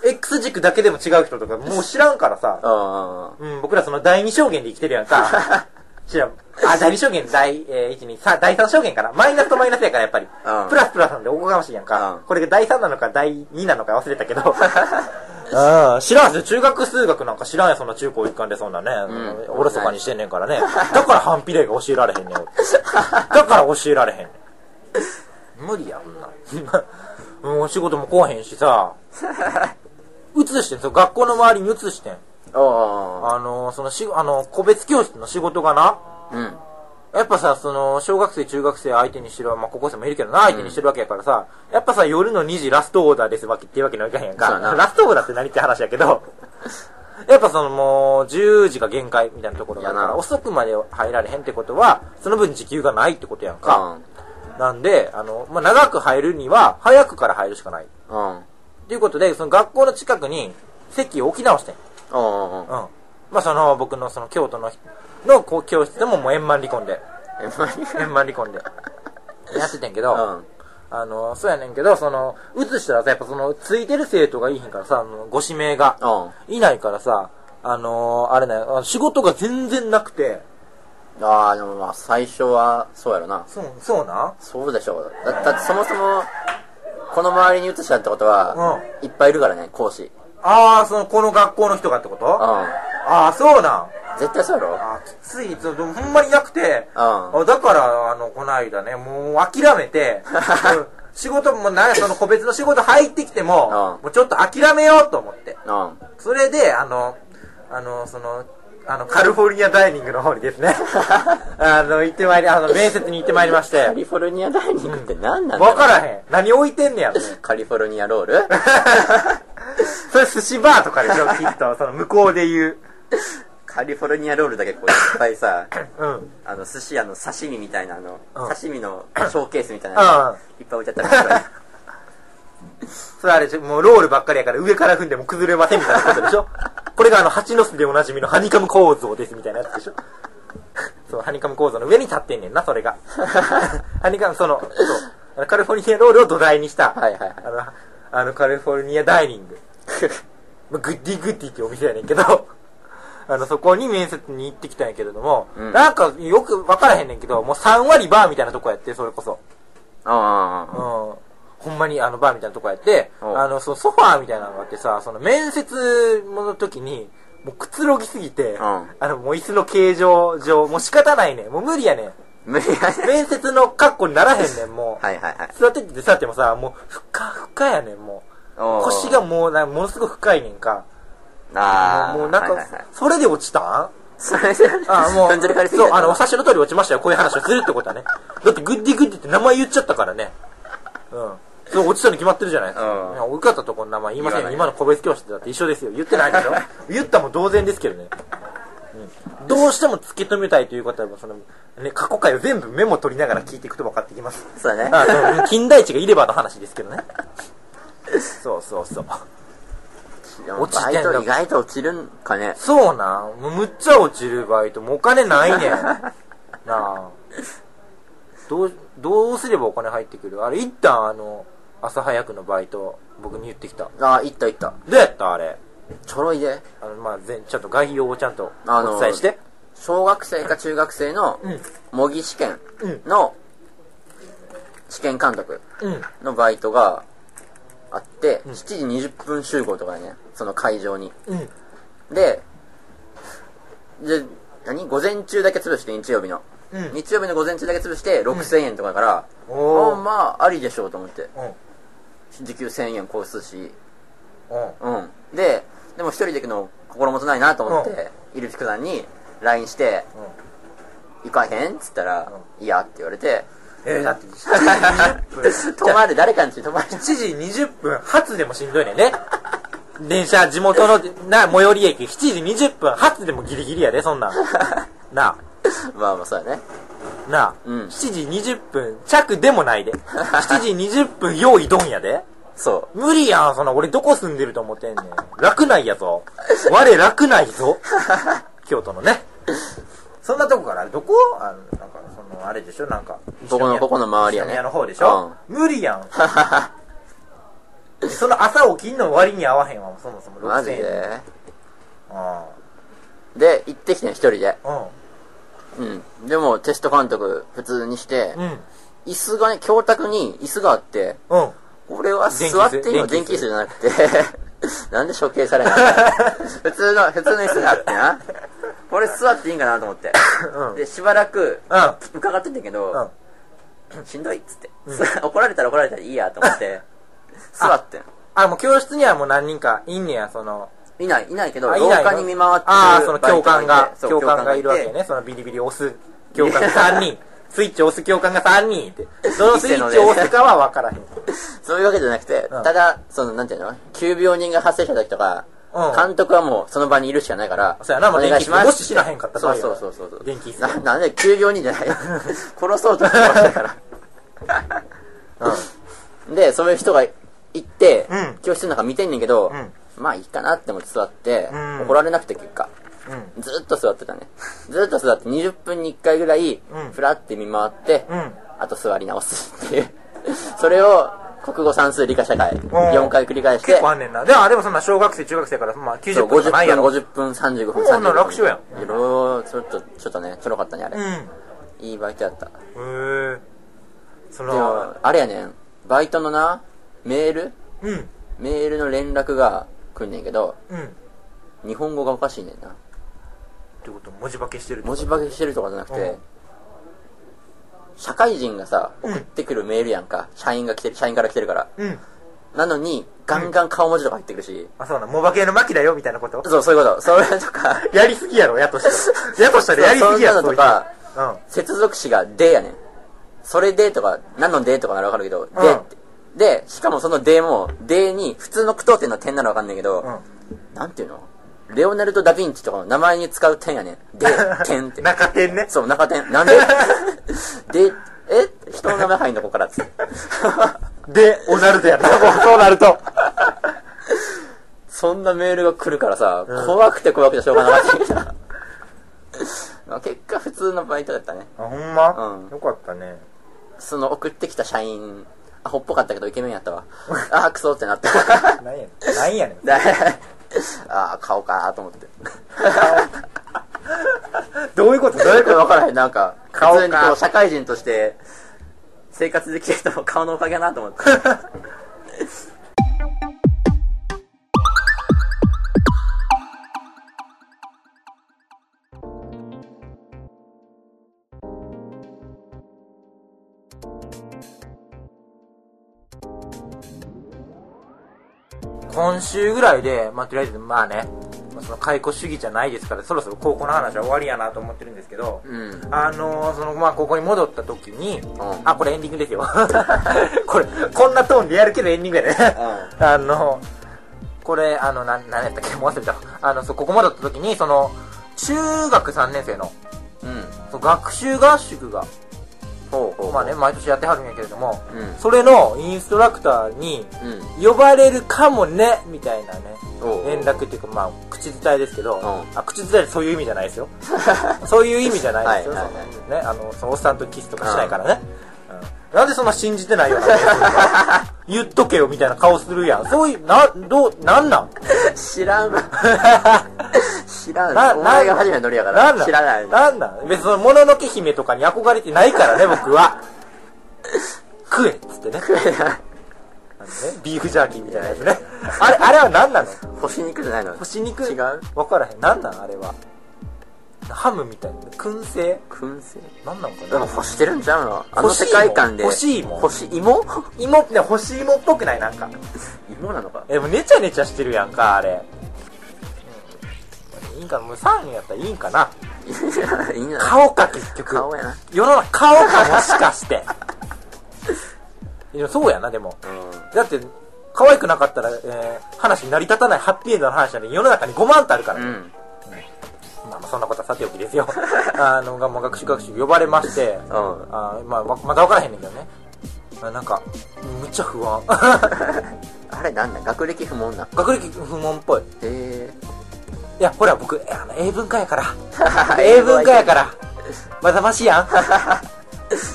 Speaker 1: X 軸だけでも違う人とか、もう知らんからさ、
Speaker 2: あ
Speaker 1: うん、僕らその第二証言で生きてるやん か。知らん。あ、第二証言、第、えー、1、2、3、第三証言かな。マイナスとマイナスやから、やっぱり。
Speaker 2: うん
Speaker 1: プラスプラスなんでおこがましいやんか。
Speaker 2: うん
Speaker 1: これが第三なのか、第二なのか忘れたけど。 うん、知らんすよ。中学数学なんか知らんや、そんな中高一貫でそんなね。
Speaker 2: ん
Speaker 1: おろそかにしてんねんからね。だから反比例が教えられへん ねん。俺だから教えられへんねん。無理や、そんなん。うん、お仕事も来おへんしさ。移してんすよ。学校の周りに移してん。
Speaker 2: あああ
Speaker 1: あのそのし、あの個別教室の仕事がな、
Speaker 2: うん
Speaker 1: やっぱさ、その、小学生、中学生相手にしてるわ、まあ、高校生もいるけどな、相手にしてるわけやからさ、やっぱさ、夜の2時ラストオーダーですわけっていうわけにはいかへんやん
Speaker 2: そう
Speaker 1: か
Speaker 2: やな。
Speaker 1: ラストオーダーって何って話やけど、 やっぱそのもう、10時が限界みたいなところがあるか
Speaker 2: いや
Speaker 1: ら、
Speaker 2: な
Speaker 1: 遅くまで入られへんってことは、その分時給がないってことやんか。なんで、あの、まあ、長く入るには、早くから入るしかない。
Speaker 2: うんうん
Speaker 1: っていうことで、その学校の近くに、席を置き直してん。
Speaker 2: うんうん
Speaker 1: うん。まあその僕のその京都ののこう教室でももう円満離婚で、
Speaker 2: えほんまに
Speaker 1: 円満離婚 でやっててんけ
Speaker 2: う
Speaker 1: ど、
Speaker 2: ん
Speaker 1: あの、そうやねんけど、その、移したらさ、やっぱその、ついてる生徒がいいひんからさ、あのご指名が
Speaker 2: うん
Speaker 1: いないからさ、あのーあれね、あ仕事が全然なくて、
Speaker 2: ああでもまあ最初はそうやろな
Speaker 1: そう、そうなん
Speaker 2: そうでしょうだだってそもそもこの周りに移したってことは、いっぱいいるからね講師
Speaker 1: ああ、その、この学校の人がってことあ
Speaker 2: う
Speaker 1: あー、そうなん
Speaker 2: ん絶対そうやろ
Speaker 1: あーきつい、そうでもほんまになくて、
Speaker 2: うん
Speaker 1: あだから、あの、この間ね、もう諦め て、うん仕事も、なんや、その個別の仕事入ってきても、
Speaker 2: うん
Speaker 1: もうちょっと諦めようと思って。
Speaker 2: うん
Speaker 1: それであのあのそのあのカリフォルニアダイニングの方にですね あの行ってまいりあの面接に行ってまいりまし
Speaker 2: カ
Speaker 1: て
Speaker 2: リフォルニアダイニングって何なんだろ
Speaker 1: 分
Speaker 2: う
Speaker 1: からへん何置いてんねやろ
Speaker 2: カリフォルニアロール
Speaker 1: それ寿司バーとかでしょきっとその向こうで言う
Speaker 2: カリフォルニアロールだけこういっぱいさ
Speaker 1: うん
Speaker 2: あの寿司屋の刺身みたいなあの、
Speaker 1: うん
Speaker 2: 刺身のショーケースみたいな
Speaker 1: うん
Speaker 2: いっぱい置いてあったりする から
Speaker 1: それあれでしょもうロールばっかりやから上から踏んでも崩れませんみたいなことで しょこれがあの蜂の巣でおなじみのハニカム構造ですみたいなやつでしょそうハニカム構造の上に立ってんねんなそれ がハニカムそのそうあのカリフォルニアロールを土台にした、
Speaker 2: はいはいはい
Speaker 1: あのあのカリフォルニアダ イニングまあグッディグッディっていうお店やねんけどあのそこに面接に行ってきたんやけれども、
Speaker 2: うん
Speaker 1: なんかよく分からへんねんけどもう3割バーみたいなとこやってそれこそ
Speaker 2: ああ
Speaker 1: うんほんまにあのバーみたいなとこやって、
Speaker 2: うん
Speaker 1: あの、そのソファーみたいなのがあってさ、その面接の時に、もうくつろぎすぎて、
Speaker 2: ん
Speaker 1: あの、もう椅子の形状上、もう仕方ないねんもう無理やねん
Speaker 2: 無理や ね
Speaker 1: 面接の格好にならへんねん、もう。
Speaker 2: はいはいはい
Speaker 1: 座ってて座ってもさ、もう、ふかふかやねん、もう。腰がもうな、ものすごく深いねんか。
Speaker 2: ああ
Speaker 1: もうなんか、
Speaker 2: はいはいはい、
Speaker 1: それで落ちたん
Speaker 2: それで
Speaker 1: あもう、
Speaker 2: 踏んずり返りすぎ
Speaker 1: そう、
Speaker 2: た
Speaker 1: あの、お察しの通り落ちましたよ、こういう話をするってことはね。だって、グッディグッディって名前言っちゃったからね。うん。そう、落ちたに決まってるじゃないですか
Speaker 2: うん。
Speaker 1: いや受かったとこの名前言いません
Speaker 2: 言わ
Speaker 1: よ。
Speaker 2: ない
Speaker 1: 今の個別教室だって一緒ですよ。言ってないでしょ言ったも同然ですけどね。うんどうしても突き止めたいという方は、その、ね、過去回を全部メモ取りながら聞いていくと分かってきます。
Speaker 2: そうだね
Speaker 1: あ そう近代値がいればの話ですけどね。そうそうそう。落ちてんだ
Speaker 2: バイト意外と落ちるんかね
Speaker 1: そうなん。もうむっちゃ落ちるバイト。もうお金ないねん。なあ。どう、どうすればお金入ってくるあれ、一旦あの、朝早くのバイト、僕に言ってきた。
Speaker 2: ああ行った行った
Speaker 1: どうやったあれ。
Speaker 2: ちょろいで
Speaker 1: あの、まあ、全、ちゃんと概要をちゃんと
Speaker 2: あの
Speaker 1: お伝えして。
Speaker 2: 小学生か中学生の
Speaker 1: うん
Speaker 2: 模擬試験の試験監督
Speaker 1: うん。
Speaker 2: のバイトがあって、
Speaker 1: ん
Speaker 2: 7時20分集合とかねその会場に
Speaker 1: うん。
Speaker 2: でで何午前中だけ潰して日曜日の、
Speaker 1: うん
Speaker 2: 日曜日の午前中だけ潰して6000円とかだから、
Speaker 1: お
Speaker 2: あ
Speaker 1: ー。
Speaker 2: まあありでしょうと思って
Speaker 1: うん。
Speaker 2: 時給1000円超すし
Speaker 1: うん。
Speaker 2: うんででも一人で行くの心もとないなと思って、イルピクさんに LINE して
Speaker 1: うん
Speaker 2: 「行かへん?」っつったら「いや」って言われて
Speaker 1: えー、だって、7
Speaker 2: 泊まる誰かんちに泊まる
Speaker 1: 時20分、7時20分発でもしんどいねんね。電車、地元の、な、最寄り駅、7時20分発でもギリギリやで、そんなん。なあ。
Speaker 2: まあまあそうだね
Speaker 1: なあ、
Speaker 2: うん
Speaker 1: 7時20分着でも ないで7時20分用意どんやで
Speaker 2: そ
Speaker 1: 無理やんそんな俺どこ住んでると思ってんねん楽ないやぞ我楽ない ぞ京都のねそんなとこからあれどこあのなんかそのあれでしょなんか
Speaker 2: ここのここの周りやね
Speaker 1: 西宮の方でしょ、無理 やんその朝起きんの割に合わへんわそもそも
Speaker 2: うマジ
Speaker 1: 6000円
Speaker 2: で
Speaker 1: あ
Speaker 2: で行ってきてん一人で
Speaker 1: あ
Speaker 2: うんでもテスト監督普通にして、
Speaker 1: うんうん
Speaker 2: 椅子がね教卓に椅子があって
Speaker 1: うん
Speaker 2: 俺は座っていいの
Speaker 1: 電
Speaker 2: 電
Speaker 1: 気
Speaker 2: 気
Speaker 1: 椅
Speaker 2: 椅
Speaker 1: 子
Speaker 2: 子じゃなくてなんで処刑されないの普通の普通の椅子があって なこれ座っていいんかなと思って、
Speaker 1: うん
Speaker 2: でしばらく
Speaker 1: うん
Speaker 2: 伺ってんだけど、
Speaker 1: うん
Speaker 2: しんどいっつって、 怒られたら怒られたらいいやと思って座ってん
Speaker 1: あもう教室にはもう何人かいんねやその
Speaker 2: いないいないけど
Speaker 1: あい
Speaker 2: 廊
Speaker 1: ないの
Speaker 2: 下に見回ってる
Speaker 1: ああその教官
Speaker 2: バ
Speaker 1: が
Speaker 2: イトいてそう
Speaker 1: 教官がいるわけ
Speaker 2: 教官が
Speaker 1: ねそのビリビリ押す教官が3人スイッチ押す教官が3人ってどのスイッチを押すかは分からへん
Speaker 2: そういうわけじゃなくて、
Speaker 1: うん
Speaker 2: ただそのなんていうの急病人が発生した時とか、
Speaker 1: うん
Speaker 2: 監督はもうその場にいるしかないから
Speaker 1: そうやなもう
Speaker 2: お願いしま
Speaker 1: 電気椅
Speaker 2: す
Speaker 1: 子もし知らへんかった場
Speaker 2: そ
Speaker 1: 合
Speaker 2: う
Speaker 1: は
Speaker 2: そうそうそうそう
Speaker 1: 電気椅子
Speaker 2: ななんで急病人じ ゃないよ殺そうとしてましたからでその人が行って、
Speaker 1: うん
Speaker 2: 教室の中見てんねんけど、
Speaker 1: ん
Speaker 2: まあいいかなって思って座って、
Speaker 1: うん
Speaker 2: 怒られなくて結果
Speaker 1: うん
Speaker 2: ずっと座ってたねずっと座って20分に1回ぐらい
Speaker 1: うん
Speaker 2: ふらって見回って、
Speaker 1: うんうん
Speaker 2: あと座り直すっていう それを国語算数理科社会4回繰り返して
Speaker 1: 結構あんねんなでもあでもそんな小学生中学生からまあ
Speaker 2: そ
Speaker 1: 90
Speaker 2: う
Speaker 1: 分じゃ
Speaker 2: 50
Speaker 1: ないや
Speaker 2: 分
Speaker 1: ろ
Speaker 2: 50分35分
Speaker 1: もうあんな
Speaker 2: 30分
Speaker 1: 楽勝やん
Speaker 2: いろいろちょっとちょっとねちょろかったねあれ、
Speaker 1: うんへ
Speaker 2: いいバイトやったで
Speaker 1: えその
Speaker 2: もあれやねんバイトのなメール
Speaker 1: うん
Speaker 2: メールの連絡が来んねんけど
Speaker 1: うんっ
Speaker 2: 日本語がおかしいねんな
Speaker 1: てこと文字化けしてるってこ
Speaker 2: 文
Speaker 1: と
Speaker 2: 字化けしてるとかじゃなくて、
Speaker 1: うん
Speaker 2: 社会人がさ送ってくるメールやんか、社員が来てる社員から来てるから
Speaker 1: うん
Speaker 2: なのに、ガンガン顔文字とか入ってくるし。
Speaker 1: あ、そうなの、モバ系のマキだよ、みたいなこと
Speaker 2: そう、そういうこと。それとか、
Speaker 1: やりすぎやろ、やとしたら。やとしたらやりすぎやろ、
Speaker 2: そうそんなのとか
Speaker 1: そういうの
Speaker 2: 接続詞がでやねん。それでとか、何のでとかならわかるけど、
Speaker 1: ん
Speaker 2: でって。で、しかもそのでも、でに、普通の句読点の点ならわかんないけど、
Speaker 1: うん。
Speaker 2: なんていうのレオナルド・ダ・ヴィンチとかの名前に使う点やねん。 で、点っ
Speaker 1: う
Speaker 2: て
Speaker 1: ん。。中点ね。
Speaker 2: そう、中 点。なんでで、え人の名前入んのここからっつって。
Speaker 1: で、オナルドやな、そうなると。
Speaker 2: そんなメールが来るからさ、怖くて怖くてしょうがな かった。まあ結果普通のバイトだったね。
Speaker 1: あ、ほんま、
Speaker 2: うん
Speaker 1: よかったね。
Speaker 2: その送ってきた社員、アホっぽかったけどイケメンやったわ。 あー、クソって なった。
Speaker 1: なんやねん。なんやねん。
Speaker 2: で あー、顔かーと思って。
Speaker 1: どういうことどういう
Speaker 2: よく
Speaker 1: こ
Speaker 2: わからへ ん、なんか、
Speaker 1: 顔
Speaker 2: 普
Speaker 1: か
Speaker 2: 通にこう社会人として生活できてる人の顔のおかげやなと思って。
Speaker 1: と今週ぐらいで、まあ、とりあえず、まあね、まあその解雇主義じゃないですから、そろそろ高校の話は終わりやなと思ってるんですけど、
Speaker 2: うん。
Speaker 1: あのー、その、まあ、ここに戻った時に、
Speaker 2: ん
Speaker 1: あ、これエンディングですよ。 これ、こんなトーンでやるけどエンディングやね。 あの、これ、あの、な、なんやったっけもう忘れた。あの、そう、ここ戻った時に、その、中学3年生の、
Speaker 2: うん。
Speaker 1: そう学習合宿が、
Speaker 2: ほうほう。
Speaker 1: まあね、毎年やってはるんやけれども、
Speaker 2: うん。
Speaker 1: それのインストラクターに、
Speaker 2: うん。
Speaker 1: 呼ばれるかもね、みたいなね、
Speaker 2: おう
Speaker 1: 連絡っていうか、まあ、口伝えですけど、
Speaker 2: ん
Speaker 1: あ、口伝えってそういう意味じゃないです よ。そういう意味じゃないですよ。
Speaker 2: はいはいはい
Speaker 1: そのね、あの、そのおっさんとキスとかしないからね。うんなんでそんな信じてないような顔するの 言っとけよみたいな顔するやん。そういう、な、どう、なん なん
Speaker 2: 知 らん。知らん。
Speaker 1: な
Speaker 2: お前が初めて乗りやか
Speaker 1: なんなん
Speaker 2: ら。知らない。
Speaker 1: なんなん別にその、もののけ姫とかに憧れてないからね、僕は。食えっつってね。あのねビーフジャーキーみたいなやつね。 あれ、あれは何なの
Speaker 2: 干し肉じゃないの
Speaker 1: 干し肉
Speaker 2: 違う
Speaker 1: 分からへん。何なんあれは。ハムみたいな。燻製
Speaker 2: 燻製
Speaker 1: 何なんか
Speaker 2: でも
Speaker 1: な
Speaker 2: 干してるんちゃうのあの
Speaker 1: 干し
Speaker 2: 世
Speaker 1: 芋
Speaker 2: 界観で。
Speaker 1: 干し芋
Speaker 2: 干し芋
Speaker 1: 芋って干し芋っぽくないなんか。
Speaker 2: 芋なのか
Speaker 1: え、もうネチャネチャしてるやんか、あれ。うんいいんかなもう3位やったらいいんかない
Speaker 2: やいいんじゃない
Speaker 1: 顔か、結局。
Speaker 2: 顔やな。
Speaker 1: 世の中顔か、もしかして。 いやそうやな、でも。
Speaker 2: う
Speaker 1: だって、可愛くなかったら、えー話に成り立たないハッピーエンドの話なのに世の中に5万とあるから。
Speaker 2: ん。うん。
Speaker 1: まあまあ、そんなことはさておきですよ。 あの、が、まあ、学習学習呼ばれまして、
Speaker 2: ん
Speaker 1: あーまあ、わまだ分からへんねんけどね。まあなんか、むっちゃ不安。
Speaker 2: あれなんだ学歴不問な。
Speaker 1: 学歴不問っぽい。
Speaker 2: へ
Speaker 1: いや、ほら、僕、あの英文化やから。
Speaker 2: ぇ
Speaker 1: 英文化やから。まだましやん。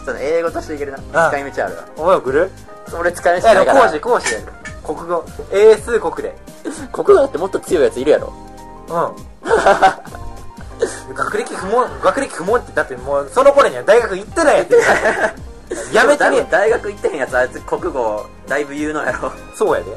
Speaker 2: その英語としていけるな。使い道あるわ。
Speaker 1: お前送る
Speaker 2: 俺使い
Speaker 1: い
Speaker 2: 道
Speaker 1: や、
Speaker 2: な
Speaker 1: で
Speaker 2: いか
Speaker 1: も
Speaker 2: ら。
Speaker 1: 講師、講師やる。国語。英数国で。
Speaker 2: 国語だってもっと強いやついるやろ。
Speaker 1: うん。学歴不問、学歴不問って、だってもう、その頃には大学行ってないやつややめて
Speaker 2: で
Speaker 1: ね
Speaker 2: も。大学行ってへんやつ、あいつ国語、だいぶ有能やろ。
Speaker 1: そうやで。
Speaker 2: う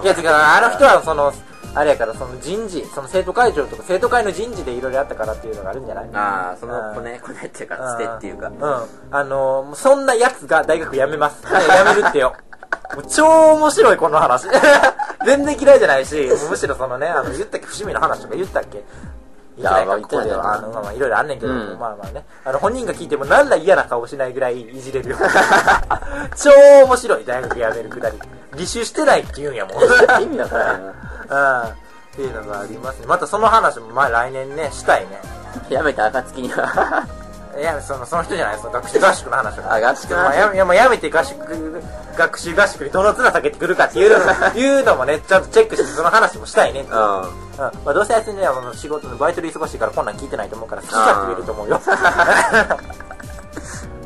Speaker 2: ん
Speaker 1: いや、違う、あの人はその、あれやから、その人事、その生徒会長とか生徒会の人事でいろいろあったからっていうのがあるんじゃない
Speaker 2: ああ、その
Speaker 1: うん
Speaker 2: コネ、コネっていうか、つてっていうか
Speaker 1: う。ん。あのー、そんな奴が大学辞めます。辞めるってよ。 もう超面白い、この話。 全然嫌いじゃないし、むしろそのね、あの、言ったっけ、伏見の話とか言ったっけ
Speaker 2: いや
Speaker 1: 言って
Speaker 2: ま
Speaker 1: ないかここで
Speaker 2: あ言ってないな
Speaker 1: は、あの、まあまあ、いろいろあんねんけど、
Speaker 2: うん
Speaker 1: まあまあね。あの、本人が聞いても何ら嫌な顔しないぐらいいじれるよ。 超面白い、大学辞めるくだり。履修してないって言うんや もん。
Speaker 2: 意味わからんよ
Speaker 1: うんっていうのがありますね。またその話も、まあ来年ね、したいね。
Speaker 2: やめた暁には。
Speaker 1: いや、その、その人じゃない、その学習合宿の話とか。
Speaker 2: あ合宿の話
Speaker 1: まあやめいや、まあやめて合宿、学習合宿にどの面下げてくるかっていうの も、いうのもね、ちゃんとチェックして、その話もしたいね。うん。ま
Speaker 2: う
Speaker 1: あどうせあいつね、あの仕事のバイトで忙しいからこんなん聞いてないと思うから、好き勝手見ると 思うよ。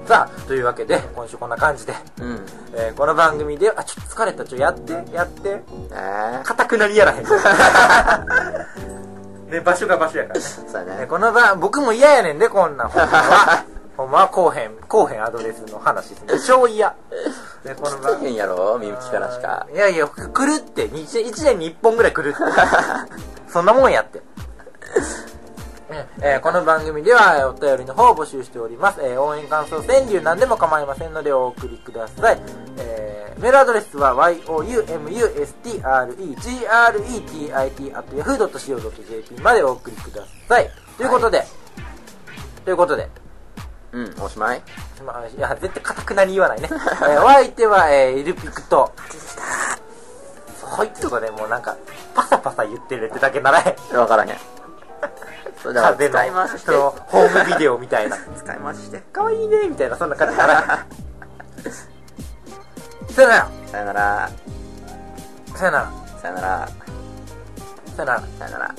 Speaker 1: さあ、というわけで、今週こんな感じで、
Speaker 2: ん。うん。
Speaker 1: えーこの番組で、あ、ちょっと疲れた、ちょ、やって、やって、
Speaker 2: えー、
Speaker 1: 硬くなりや らへん。ね、場所が場所やからね。
Speaker 2: そうだ
Speaker 1: ね
Speaker 2: ね。
Speaker 1: この場、僕も嫌やねんで、こんなん。ほんまは、ほんまは、後編、後編アドレスの話ですね。超嫌。で、この場。
Speaker 2: 来てへんやろ身内からしか。
Speaker 1: いやいや、来るって、1, 年に1本ぐらい来るって。 そんなもんやって。うんえーこの番組ではえーお便りの方を募集しております、えー応援感想川柳何でも構いませんのでお送りください、えメールアドレスは youmustregretit.yahoo.co.jp までお送りください。ということで、ということで、
Speaker 2: うん、おしまい。
Speaker 1: まあ、いや、絶対かたくなに言わないね。え ーお相手は、えーイルピクと、そういうとこでもうなんか、パサパサ言ってるってだけならへん。
Speaker 2: わから へん。それだから
Speaker 1: 風
Speaker 2: 使い
Speaker 1: の
Speaker 2: 回しし
Speaker 1: そ
Speaker 2: て。
Speaker 1: のホームビデオみたいな
Speaker 2: 使い回しして。
Speaker 1: かわいいねみたいなそんな感じな らさよなら
Speaker 2: さよなら。
Speaker 1: さよなら
Speaker 2: さよな
Speaker 1: さよなら
Speaker 2: ら。さよなら。